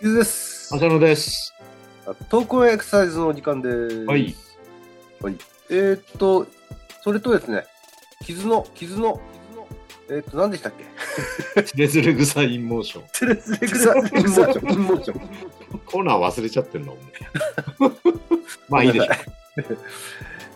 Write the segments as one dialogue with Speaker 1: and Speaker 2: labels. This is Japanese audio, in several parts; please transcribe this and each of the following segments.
Speaker 1: ゆずです。
Speaker 2: 浅野です。
Speaker 1: 投稿エクササイズのお時間です。
Speaker 2: はい。
Speaker 1: はい。えー、っと、それとですね、傷の、傷の、傷の、えー、っと、何でしたっけ
Speaker 2: つれずれ草インモーション。
Speaker 1: テレスレクサインモーション。インモーション。
Speaker 2: コーナー忘れちゃってんの。もう まあいいでしょう。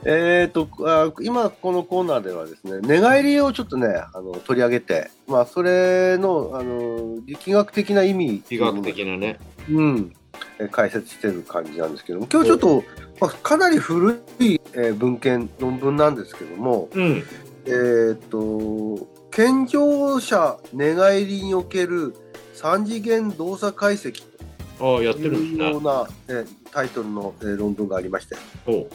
Speaker 1: えー、っとあ、今このコーナーではですね、寝返りをちょっとね、あの取り上げて、まあ、それの、あの、力学的な意味。
Speaker 2: 医学的なね。
Speaker 1: うん、えー解説してる感じなんですけども今日ちょっと、まあ、かなり古い、えー文献論文なんですけども
Speaker 2: うん。
Speaker 1: えーっと健常者寝返りにおける三次元動作解析
Speaker 2: ああ、やっ
Speaker 1: と
Speaker 2: てるん
Speaker 1: いう
Speaker 2: です
Speaker 1: よ
Speaker 2: ね
Speaker 1: う。な、えータイトルの、えー論文がありまして、
Speaker 2: おう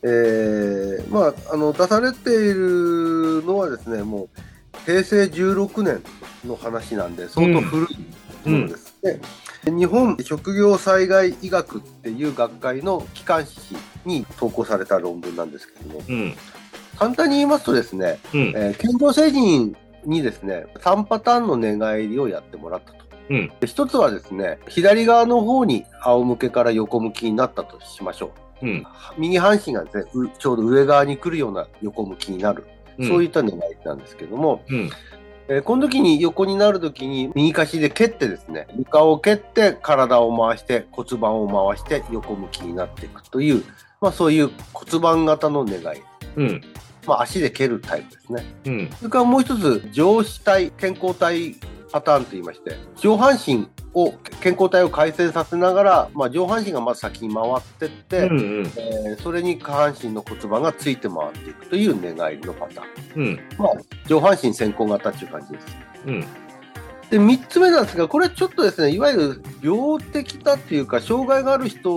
Speaker 1: えーまあ、あの出されているのはですねもう平成16年の話なんで相当古いものです、ね日本職業災害医学っていう学会の機関誌に投稿された論文なんですけども
Speaker 2: うん。
Speaker 1: 簡単に言いますとですね、
Speaker 2: うん。
Speaker 1: えー健常成人にですね3パターンの寝返りをやってもらったと。
Speaker 2: うん
Speaker 1: で一つはですね左側の方に仰向けから横向きになったとしましょう。
Speaker 2: うん。
Speaker 1: 右半身がですね、うちょうど上側に来るような横向きになる、
Speaker 2: うん
Speaker 1: そういった寝返りなんですけども、
Speaker 2: うん。
Speaker 1: えーこの時に横になる時に右足で蹴ってですね、床を蹴って体を回して骨盤を回して横向きになっていくという、まあそういう骨盤型の寝返り。
Speaker 2: うん。
Speaker 1: まあ足で蹴るタイプですね。
Speaker 2: うん。
Speaker 1: それからもう一つ、上肢体、健康体パターンといいまして、上半身を、健康体を改善させながら、まあ上半身がまず先に回ってって、
Speaker 2: うん。うん。
Speaker 1: えーそれに下半身の骨盤がついて回っていくという寝返りのパターン。
Speaker 2: うん。
Speaker 1: まあ、上半身先行型っていう感じです。
Speaker 2: うん。
Speaker 1: で、3つ目なんですが、これはちょっとですね、いわゆる病的だっていうか、障害がある人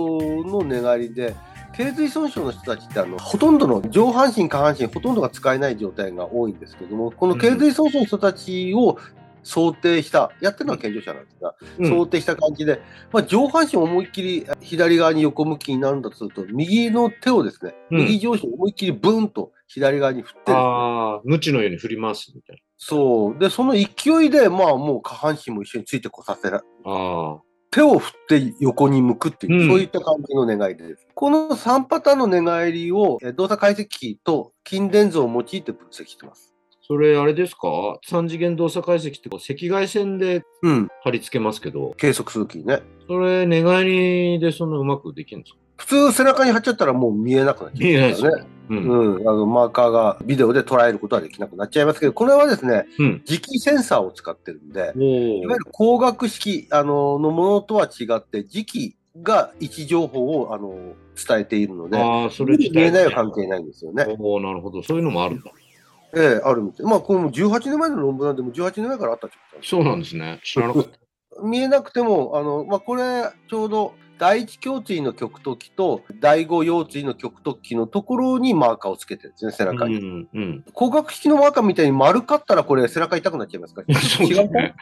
Speaker 1: の寝返りで、頸髄損傷の人たちってあの、ほとんどの上半身、下半身、ほとんどが使えない状態が多いんですけども、この頸髄損傷の人たちを想定した、やってるのは健常者なんですが、
Speaker 2: うん
Speaker 1: 想定した感じで、まあ、上半身を思いっきり左側に横向きになるんだとすると、右の手をですね、
Speaker 2: うん
Speaker 1: 右上肢を思いっきりブンと左側に振って、
Speaker 2: ああ、無知のように振り回すみたい
Speaker 1: そう。で、その勢いで、まあもう下半身も一緒についてこさせら
Speaker 2: な。ああ。
Speaker 1: 手を振って横に向くっていう、
Speaker 2: うん
Speaker 1: そういった感じの願いです。この3パターンの寝返りをえ動作解析器と筋電図を用いて分析してます。
Speaker 2: それ、あれですか三次元動作解析ってこう赤外線で
Speaker 1: うん。
Speaker 2: 貼り付けますけど、
Speaker 1: 計測する気ね。
Speaker 2: それ、寝返りでそんなうまくできるんですか
Speaker 1: 普通背中に貼っちゃったらもう見えなくなっちゃう
Speaker 2: 見えないですよね。うん。
Speaker 1: うん、あのマーカーがビデオで捉えることはできなくなっちゃいますけど、これはですね、
Speaker 2: うん。
Speaker 1: 磁気センサーを使ってるんで、い
Speaker 2: お
Speaker 1: わゆる光学式あののものとは違って、磁気が位置情報をあの伝えているので、
Speaker 2: お。ああ、それ
Speaker 1: 見
Speaker 2: 自体
Speaker 1: えないは
Speaker 2: ね
Speaker 1: 関係ないんですよね。
Speaker 2: おおなるほど。そういうのもあるんだ。
Speaker 1: ええあるみたい。まあ、これも18年前の論文なんで、もう18年前からあったってことなんです
Speaker 2: そうなんですね。知らなかった。
Speaker 1: 見えなくても、あのまあ、これ、ちょうど第一胸椎の極突起と第五腰椎の極突起のところにマーカーをつけてるんですね、背中
Speaker 2: う
Speaker 1: に。
Speaker 2: ん、うん。
Speaker 1: 光学式のマーカーみたいに丸かったらこれ背中痛くなっちゃいます から、
Speaker 2: そう
Speaker 1: 違
Speaker 2: です
Speaker 1: うタイ
Speaker 2: ね。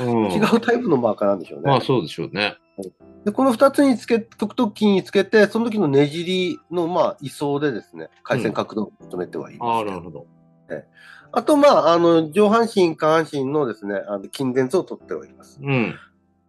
Speaker 2: うん
Speaker 1: プ違うタイプのマーカーなんでしょうね。
Speaker 2: まあそうでしょうね。
Speaker 1: でこの2つにつけ、極突起につけて、その時のねじりのまあ位相でですね、回線角度を求めてはい
Speaker 2: あ
Speaker 1: ま
Speaker 2: あ、
Speaker 1: す。
Speaker 2: なるほど。
Speaker 1: あと、まあ、あの、上半身、下半身のですね、あの筋電図を取っております。
Speaker 2: うん。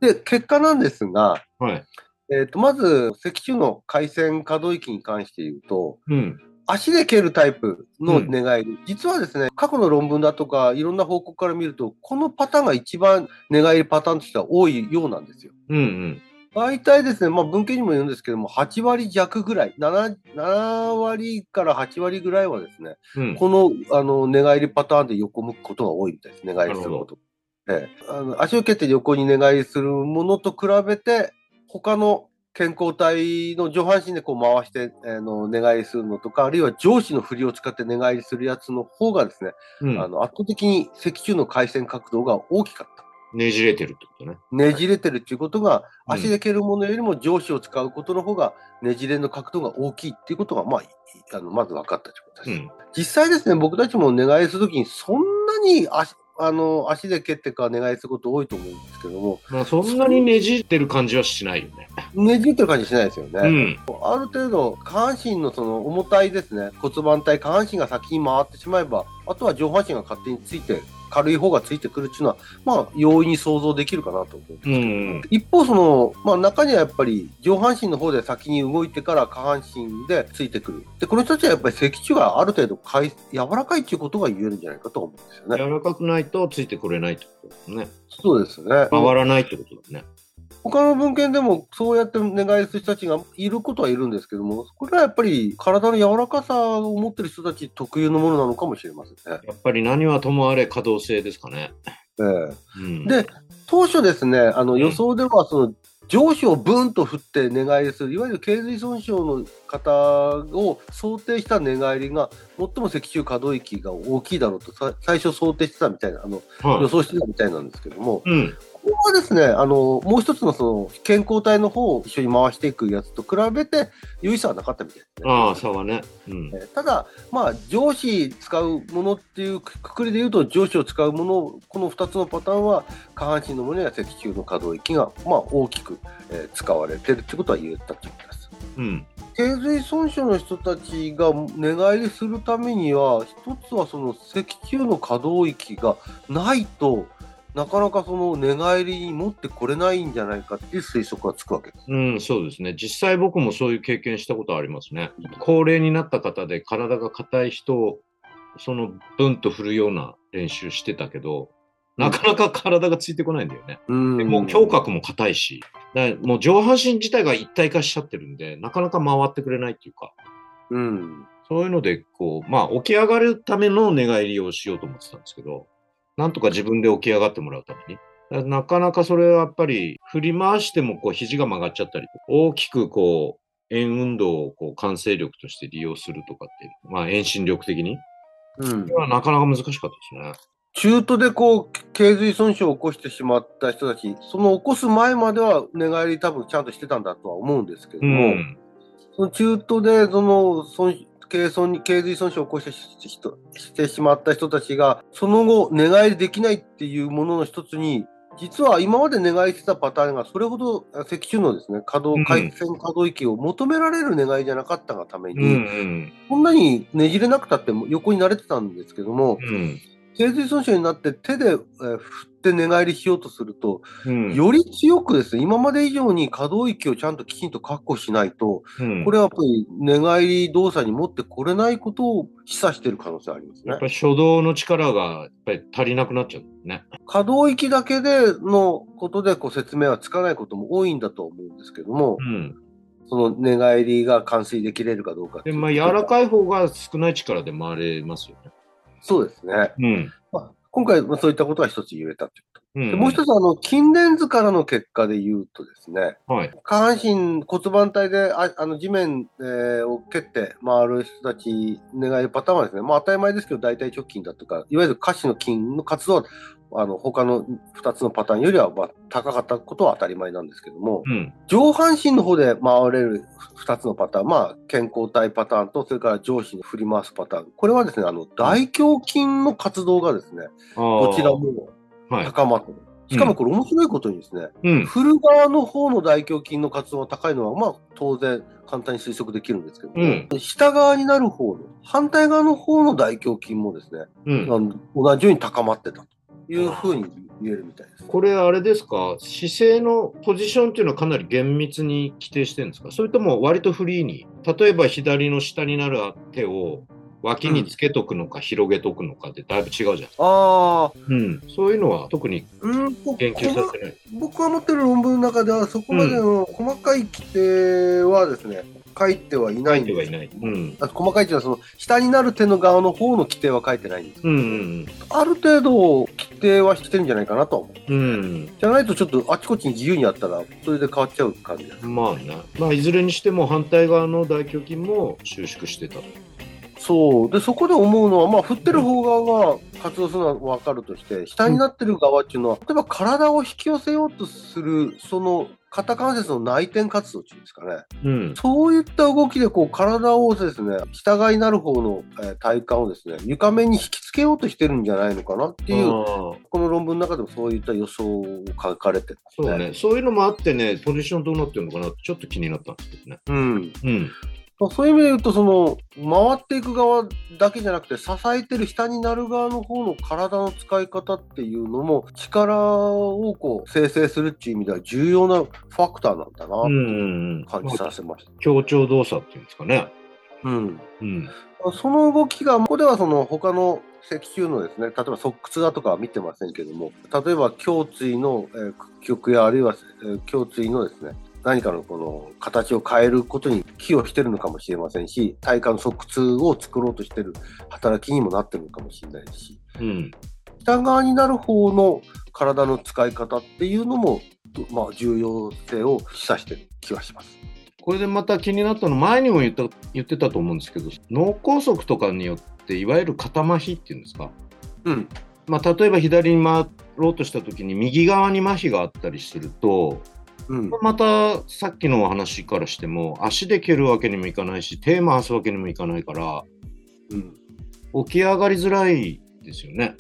Speaker 1: で、結果なんですが、
Speaker 2: はい。
Speaker 1: えっ、と、まず、脊柱の回線可動域に関して言うと、
Speaker 2: うん。
Speaker 1: 足で蹴るタイプの
Speaker 2: うん
Speaker 1: 寝返り、実はですね、過去の論文だとか、いろんな報告から見ると、このパターンが一番寝返りパターンとしては多いようなんですよ。
Speaker 2: うんうん。
Speaker 1: 大体ですね、まあ文献にも言うんですけども、8割弱ぐらい、7, 7割から8割ぐらいはですね、
Speaker 2: うん。
Speaker 1: この、あの、寝返りパターンで横向くことが多いみたいです。寝返りする
Speaker 2: な
Speaker 1: こ
Speaker 2: る
Speaker 1: と。ええ、あの足を蹴って横に寝返りするものと比べて、他の健康体の上半身でこう回して、あの寝返りするのとか、あるいは上肢の振りを使って寝返りするやつの方がですね、
Speaker 2: うん
Speaker 1: あの圧倒的に脊柱の回線角度が大きかった。
Speaker 2: ねじれてるってことね。
Speaker 1: ねじれてるっていうことが、
Speaker 2: うん
Speaker 1: 足で蹴るものよりも上肢を使うことの方が、ねじれの角度が大きいっていうことが、まあい、あのまず分かったということです。
Speaker 2: うん。
Speaker 1: 実際ですね、僕たちも寝返りするときに、そんなに足あの足で蹴ってから寝返りすること多いと思うんですけども、
Speaker 2: まあそんなにねじってる感じはしないよね。
Speaker 1: ねじってる感じしないですよ
Speaker 2: う
Speaker 1: ね。
Speaker 2: ん。
Speaker 1: ある程度、下半身のその重たいですね、骨盤体、下半身が先に回ってしまえば、あとは上半身が勝手について軽い方がついてくるっていうのは、まあ、容易に想像できるかなと思う。
Speaker 2: うん。
Speaker 1: 一方、その、まあ、中にはやっぱり上半身の方で先に動いてから下半身でついてくる。で、この人たちはやっぱり脊柱がある程度かい柔らかいっていうことが言えるんじゃないかと思うんですよね。
Speaker 2: 柔らかくないとついてくれないってことですね。
Speaker 1: そうですね。
Speaker 2: 回らないってことだね。
Speaker 1: 他の文献でもそうやってお願いする人たちがいることはいるんですけども、これはやっぱり体の柔らかさを持ってる人たち特有のものなのかもしれませんね。
Speaker 2: やっぱり何はともあれ可動性ですかね。
Speaker 1: ええ
Speaker 2: うん、
Speaker 1: で、当初ですね、あの
Speaker 2: ん
Speaker 1: 予想ではその上司をブーンと振って寝返りする、いわゆる頸髄損傷の方を想定した寝返りが、最も脊柱可動域が大きいだろうとさ最初想定してたみたいな、あの
Speaker 2: は
Speaker 1: 予
Speaker 2: い、
Speaker 1: 想してたみたいなんですけども、
Speaker 2: うん。
Speaker 1: ここはですね、あの、もう一つのその、健康体の方を一緒に回していくやつと比べて、有意差はなかったみたいですね。
Speaker 2: ああ、差はね。うん。
Speaker 1: えーただ、まあ、上司使うものっていうくくりで言うと、上司を使うもの、この2つのパターンは、下半身のものや脊柱の可動域が、まあ、大きく、えー使われてるってことは言えたと思います。
Speaker 2: うん。
Speaker 1: 頸髄損傷の人たちが寝返りするためには一つはその脊柱の可動域がないとなかなかその寝返りに持ってこれないんじゃないかっていう推測がつくわけです。
Speaker 2: うん、そうですね。実際僕もそういう経験したことありますね。高齢になった方で体が硬い人を、その、ブンと振るような練習してたけど、なかなか体がついてこないんだよね。
Speaker 1: うん
Speaker 2: でもう胸郭も硬いし、だからもう上半身自体が一体化しちゃってるんで、なかなか回ってくれないっていうか、
Speaker 1: うん。
Speaker 2: そういうので、こう、まあ、起き上がるための寝返りをしようと思ってたんですけど、なんとか自分で起き上がってもらうために。だからなかなかそれはやっぱり、振り回してもこう肘が曲がっちゃったり、大きくこう、円運動をこう完成力として利用するとかっていう、まあ遠心力的に。
Speaker 1: うん
Speaker 2: それ、はなかなか難しかったですね。
Speaker 1: 中途でこう頸髄損傷を起こしてしまった人たちその起こす前までは寝返り多分ちゃんとしてたんだとは思うんですけど
Speaker 2: う
Speaker 1: も、
Speaker 2: ん。
Speaker 1: その中途でその損頸損に頸髄損傷を起こしてし人してしまった人たちがその後寝返りできないっていうものの一つに実は今まで寝返りしてたパターンがそれほどあ脊柱のですね可動
Speaker 2: うん
Speaker 1: 回線可動域を求められる寝返りじゃなかったがため
Speaker 2: うん。う
Speaker 1: に、
Speaker 2: ん。
Speaker 1: こんなにねじれなくたっても横に慣れてたんですけども
Speaker 2: うん。
Speaker 1: 頸髄損傷になって手で、えー振って寝返りしようとすると
Speaker 2: うん。
Speaker 1: より強くですね今まで以上に可動域をちゃんときちんと確保しないと
Speaker 2: うん
Speaker 1: これはやっぱり寝返り動作に持ってこれないことを示唆している可能性あります
Speaker 2: や
Speaker 1: ね
Speaker 2: っぱ。り初動の力がやっぱり足りなくなっちゃうんだよね。
Speaker 1: 可動域だけでのことでこう説明はつかないことも多いんだと思うんですけども、
Speaker 2: うん。
Speaker 1: その寝返りが完遂できれるかどうかって
Speaker 2: で、
Speaker 1: いう
Speaker 2: まあ、柔らかい方が少ない力で回れますよね。
Speaker 1: そうですね。
Speaker 2: うん。
Speaker 1: まあ、今回、まあそういったことは一つ言えたということ。
Speaker 2: うん
Speaker 1: でもう一つ、あの、筋電図からの結果で言うとですね、
Speaker 2: はい。
Speaker 1: 下半身骨盤体でああの地面、えーを蹴って回る人たち願いパターンはですね、まあ、当たり前ですけど大腿直筋だとかいわゆる下肢の筋の活動はあの他の2つのパターンよりは、まあ、高かったことは当たり前なんですけども
Speaker 2: うん。
Speaker 1: 上半身の方で回れる2つのパターン、まあ、健康体パターンとそれから上肢に振り回すパターンこれはですねあの大胸筋の活動がですねど
Speaker 2: ど
Speaker 1: ちらも
Speaker 2: はい。
Speaker 1: 高まってる。しかもこれ面白いことにですね、
Speaker 2: うん。
Speaker 1: 振る側の方の大胸筋の活動が高いのは、まあ、当然、簡単に推測できるんですけど、
Speaker 2: うん。
Speaker 1: 下側になる方の、反対側の方の大胸筋もですね、
Speaker 2: うん。
Speaker 1: あの同じように高まってたというふうに言えるみたいです。
Speaker 2: これ、あれですか、姿勢のポジションっていうのはかなり厳密に規定してるんですかそれとも割とフリーに、例えば左の下になる手を脇につけとくのか、広げとくのかでだいぶ違うじゃないですか。
Speaker 1: ああ、
Speaker 2: うん。そういうのは特に
Speaker 1: うんと、こ
Speaker 2: 言及さ
Speaker 1: の
Speaker 2: れてない。
Speaker 1: 僕が持ってる論文の中では、そこまでの細かい規定はですね、書いてはいな
Speaker 2: 書
Speaker 1: い
Speaker 2: い
Speaker 1: ん
Speaker 2: て
Speaker 1: で
Speaker 2: は
Speaker 1: す
Speaker 2: いない。うん。
Speaker 1: あ細かいっていうのは、その、下になる手の側の方の規定は書いてないんですけ
Speaker 2: うん
Speaker 1: ど、ある程度、規定はしてるんじゃないかなとは思う。
Speaker 2: うんうん。
Speaker 1: じゃないとちょっとあちこちに自由にやったら、それで変わっちゃう感じだ。
Speaker 2: うん。まあね。まあ、いずれにしても反対側の大胸筋も収縮してたと。
Speaker 1: そう。で、そこで思うのは、まあ、振ってる方側が活動するのはわかるとして、下になってる側っていうのは、例えば体を引き寄せようとする、その肩関節の内転活動っていうんですかね。
Speaker 2: うん。
Speaker 1: そういった動きで、こう、体をですね、下側になる方の、えー体幹をですね、床面に引きつけようとしてるんじゃないのかなっていう、
Speaker 2: ああ
Speaker 1: この論文の中でもそういった予想を書かれてるん
Speaker 2: そ
Speaker 1: で
Speaker 2: う
Speaker 1: す
Speaker 2: ね、そういうのもあってね、ポジションどうなってるのかなってちょっと気になったんですけどね。
Speaker 1: うん。
Speaker 2: うん。
Speaker 1: まあそういう意味で言うと、その、回っていく側だけじゃなくて、支えてる下になる側の方の体の使い方っていうのも、力をこう、生成するっていう意味では重要なファクターなんだ
Speaker 2: うん
Speaker 1: な、
Speaker 2: うんうん。
Speaker 1: 感じ
Speaker 2: ま
Speaker 1: さ
Speaker 2: あ
Speaker 1: せました。
Speaker 2: 協調動作っていうんですかね。
Speaker 1: うん。
Speaker 2: うん。
Speaker 1: その動きが、ここではその他の脊柱のですね、例えば側屈だとかは見てませんけども、例えば胸椎のえー屈曲やあるいはえー胸椎のですね、何かのこの形を変えることに寄与してるのかもしれませんし、体幹の側屈を作ろうとしてる働きにもなってるのかもしれないし、
Speaker 2: うん。
Speaker 1: 下側になる方の体の使い方っていうのも、まあ、重要性を示唆してる気はします。
Speaker 2: これでまた気になったの前にも言った言ってたと思うんですけど脳梗塞とかによっていわゆる肩麻痺っていうんですか、
Speaker 1: うん。
Speaker 2: まあ、例えば左に回ろうとした時に右側に麻痺があったりすると
Speaker 1: うん。
Speaker 2: またさっきのお話からしても足で蹴るわけにもいかないし手回すわけにもいかないから
Speaker 1: うん。
Speaker 2: 起き上がりづらいですよね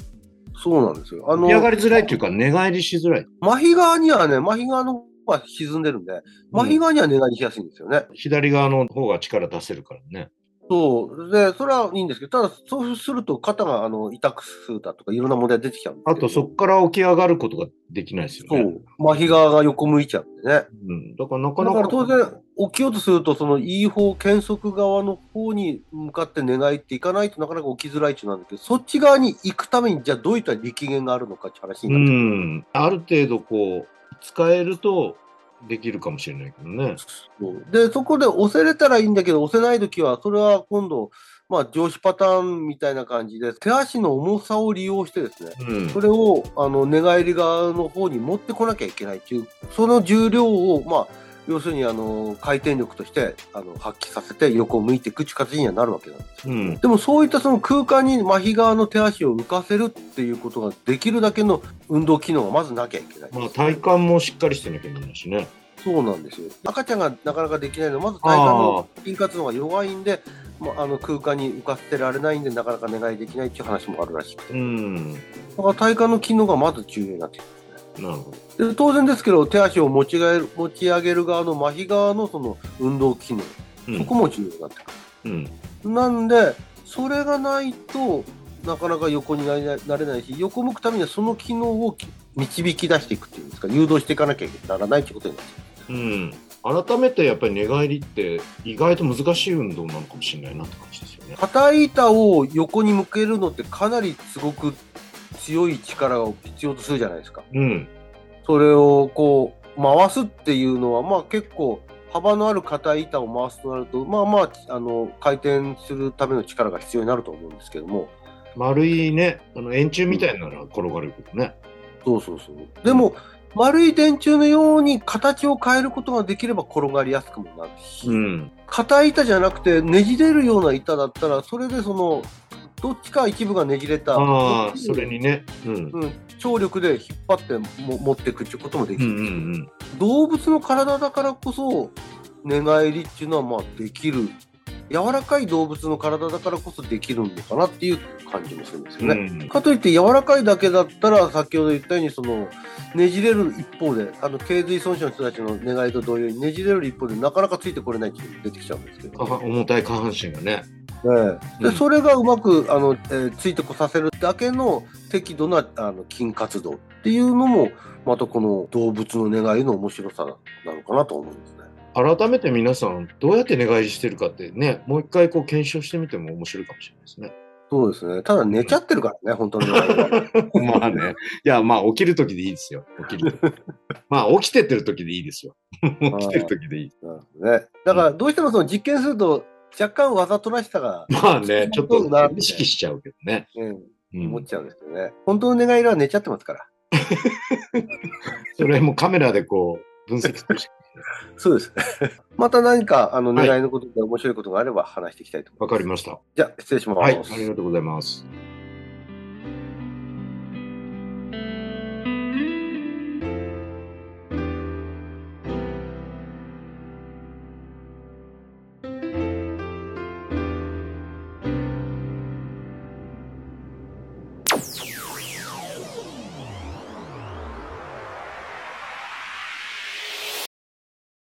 Speaker 1: そうなんですよ。あ
Speaker 2: 起き上がりづらいっていうか寝返りしづらい
Speaker 1: 麻痺側にはね、麻痺側の方が沈んでるんで、麻痺側には寝返りしやすいんですよね。
Speaker 2: 左側の方が力出せるからね
Speaker 1: そう。で、それはいいんですけど、ただ、そうすると肩があの痛くするだとか、いろんな問題出てきちゃうんです
Speaker 2: あとそ
Speaker 1: っ
Speaker 2: こから起き上がることができないですよ
Speaker 1: そ
Speaker 2: ね
Speaker 1: う。麻痺側が横向いちゃうんでね。
Speaker 2: うん、だからなか
Speaker 1: だ
Speaker 2: な
Speaker 1: か
Speaker 2: か
Speaker 1: 当
Speaker 2: ら
Speaker 1: 然、起きようとすると、そのいい方、検測側の方に向かって寝返っていかないとなかなか起きづらいっていうのなんだけど、そっち側に行くために、じゃあどういった力源があるのかって話に
Speaker 2: う
Speaker 1: なる。
Speaker 2: ん、ある程度こう使えるとできるかもしれないけどね。
Speaker 1: そうで、そこで押せれたらいいんだけど、押せないときは、それは今度、まあ、上司パターンみたいな感じで、手足の重さを利用してですね、
Speaker 2: うん
Speaker 1: それを、あの、寝返り側の方に持ってこなきゃいけないっていう、その重量を、まあ、要するに、あの、回転力として、あの、発揮させて、横を向いていく形にはなるわけなんです。
Speaker 2: うん、
Speaker 1: でも、そういったその空間に麻痺側の手足を浮かせるっていうことができるだけの運動機能がまずなきゃいけない。
Speaker 2: まあ体幹もしっかりしてなきゃいけないしね。
Speaker 1: そうなんですよ。赤ちゃんがなかなかできないのは、まず体幹
Speaker 2: あ
Speaker 1: の筋活動が弱いんで、まあ、あの空間に浮かせてられないんで、なかなか寝返りできないっていう話もあるらしく
Speaker 2: あ、
Speaker 1: て。
Speaker 2: う
Speaker 1: だ
Speaker 2: ん、な
Speaker 1: から体幹の機能がまず重要になってく
Speaker 2: るほど。
Speaker 1: る。で当然ですけど、手足を持ちがえる持ち上げる側の麻痺側のその運動機能、
Speaker 2: う
Speaker 1: そ
Speaker 2: ん
Speaker 1: こも重要になってく
Speaker 2: うん、
Speaker 1: る。なんで、それがないとなかなか横になれないなれないし、横向くためにはその機能を導き出していくっていうんですか、誘導していかなきゃならないということになって
Speaker 2: うん。改めてやっぱり寝返りって意外と難しい運動なのかもしれないなって感じですよね。
Speaker 1: 硬い板を横に向けるのってかなりすごく強い力を必要とするじゃないですか。
Speaker 2: うん、
Speaker 1: それをこう回すっていうのはまあ結構幅のある硬い板を回すとなるとまあまああの回転するための力が必要になると思うんですけども
Speaker 2: 丸いね、あの円柱みたいなら転がるけどね。
Speaker 1: そうそうそうでも丸い電柱のように形を変えることができれば転がりやすくもなるし、
Speaker 2: うん、
Speaker 1: 硬い板じゃなくてねじれるような板だったらそれでそのどっちか一部がねじれた
Speaker 2: ああ、
Speaker 1: どっち
Speaker 2: それにね。うん、
Speaker 1: うん、張力で引っ張っても持っていくっていうこともでき
Speaker 2: う
Speaker 1: る、
Speaker 2: ん、うん、
Speaker 1: 動物の体だからこそ寝返りっていうのはまあできる柔らかい動物の体だからこそできるのかなっていう感じもするんです
Speaker 2: う
Speaker 1: よ
Speaker 2: ん、う
Speaker 1: ね、
Speaker 2: ん、
Speaker 1: かといって柔らかいだけだったら先ほど言ったようにそのねじれる一方であの頸髄損傷の人たちの寝返りと同様にねじれる一方でなかなかついてこれないっていうのが出てきちゃうんですけど
Speaker 2: 下半重たい下半身がね。
Speaker 1: ええ、
Speaker 2: う
Speaker 1: で
Speaker 2: ん
Speaker 1: それがうまくあの、えーついてこさせるだけの適度なあの筋活動っていうのもまたこの動物の願いの面白さなのかなと思うんですね。
Speaker 2: 改めて皆さんどうやって寝返りしてるかってねもう一回こう検証してみても面白いかもしれないですね。
Speaker 1: そうですね。ただ寝ちゃってるからね、本当の願いは。
Speaker 2: まあねいやまあ起きる時でいいですよ起きる 時まあ起きてってる時でいいですよ起きてる時でいい。
Speaker 1: なるほどね。だからどうしてもその実験すると若干わざとらしさが、
Speaker 2: まあねちょっ
Speaker 1: そうだ
Speaker 2: と
Speaker 1: ね
Speaker 2: 意識しちゃうけどね。
Speaker 1: うん
Speaker 2: うん
Speaker 1: 思っちゃうんですよね。本当の願いは寝ちゃってますから。
Speaker 2: それもカメラでこう分析して
Speaker 1: そうです。 また何かあの
Speaker 2: はい
Speaker 1: 願いのことで面白いことがあれば話していきたいと思い
Speaker 2: わ
Speaker 1: ます。
Speaker 2: かりました。
Speaker 1: じゃあ失礼します。
Speaker 2: はいありがとうございます。